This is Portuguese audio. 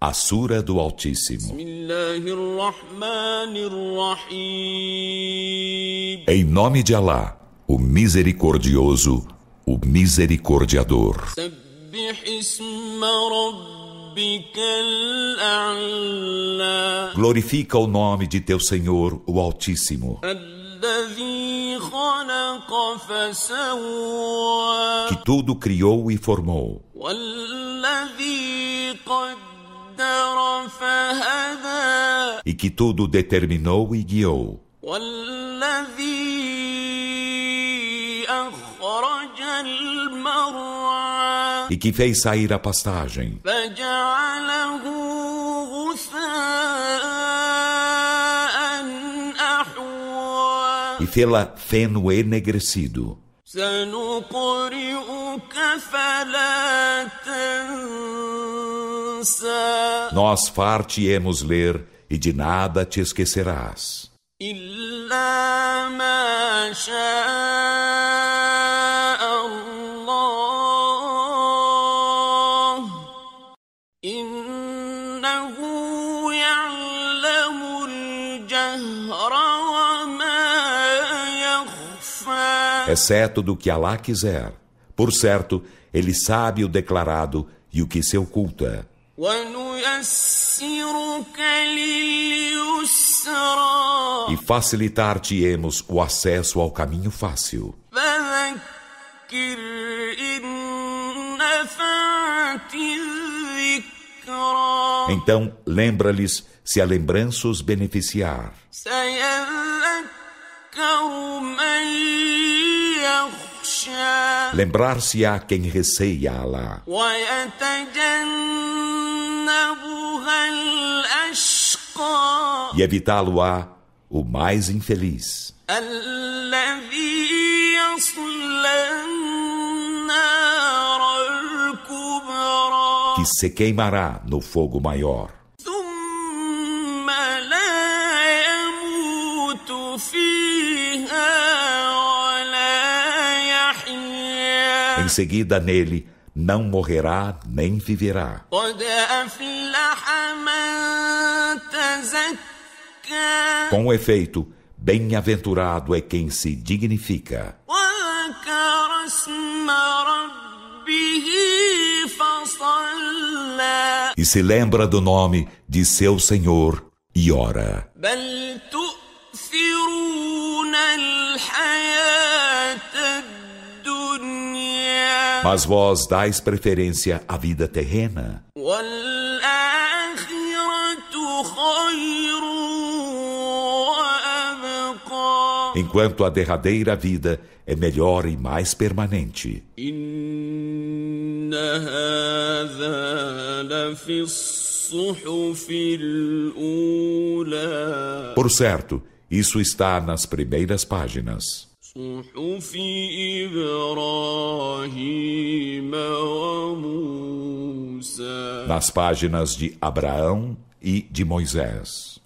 A Sura do Altíssimo. بسم الله الرحمن الرحيم Em nome de Alá, o Misericordioso, o Misericordiador. سبح اسم ربك الأعلى Glorifica o nome de teu Senhor, o Altíssimo, الذي خلق فسوى que tudo criou e formou, والذي قدر فهدى e que tudo determinou e guiou, والذي أخرج المرعى e que fez sair a pastagem, فجعله غثاء أحوى e fê-la feno enegrecido. سنقرئك فلا تنسى Nós far-te-emos ler, e de nada te esquecerás, إلا ما شاء الله إنه يعلم الجهر وما يخفى exceto do que Alá quiser. Por certo, ele sabe o declarado e o que se oculta. ونيسرك لليسرى e facilitar-te-emos o acesso ao caminho fácil. فذكر إن نفعت الذكرى Então, lembra-lhes se a lembrança os beneficiar. سيذكر من يخشى Lembrar-se-á quem receia Alá ويتجنبها الأشقى e evitá-lo-á o mais infeliz, الذي يصلى النار الكبرى que se queimará no fogo maior ثم لا يموت فيها ولا Em يحيا seguida, nele não morrerá nem viverá. قد أفلح من تزكى Com efeito, bem-aventurado é quem se dignifica وذكر اسم ربه فصلى e se lembra do nome de seu Senhor e ora. بل تؤثرون الحياة الدنيا Mas vós dais preferência à vida terrena, والآخرة خير وأبقى enquanto a derradeira vida é melhor e mais permanente. إن هذا لفي الصحف الأولى Por certo, isso está nas primeiras páginas صحف إبراهيم وموسى nas páginas de Abraão e de Moisés.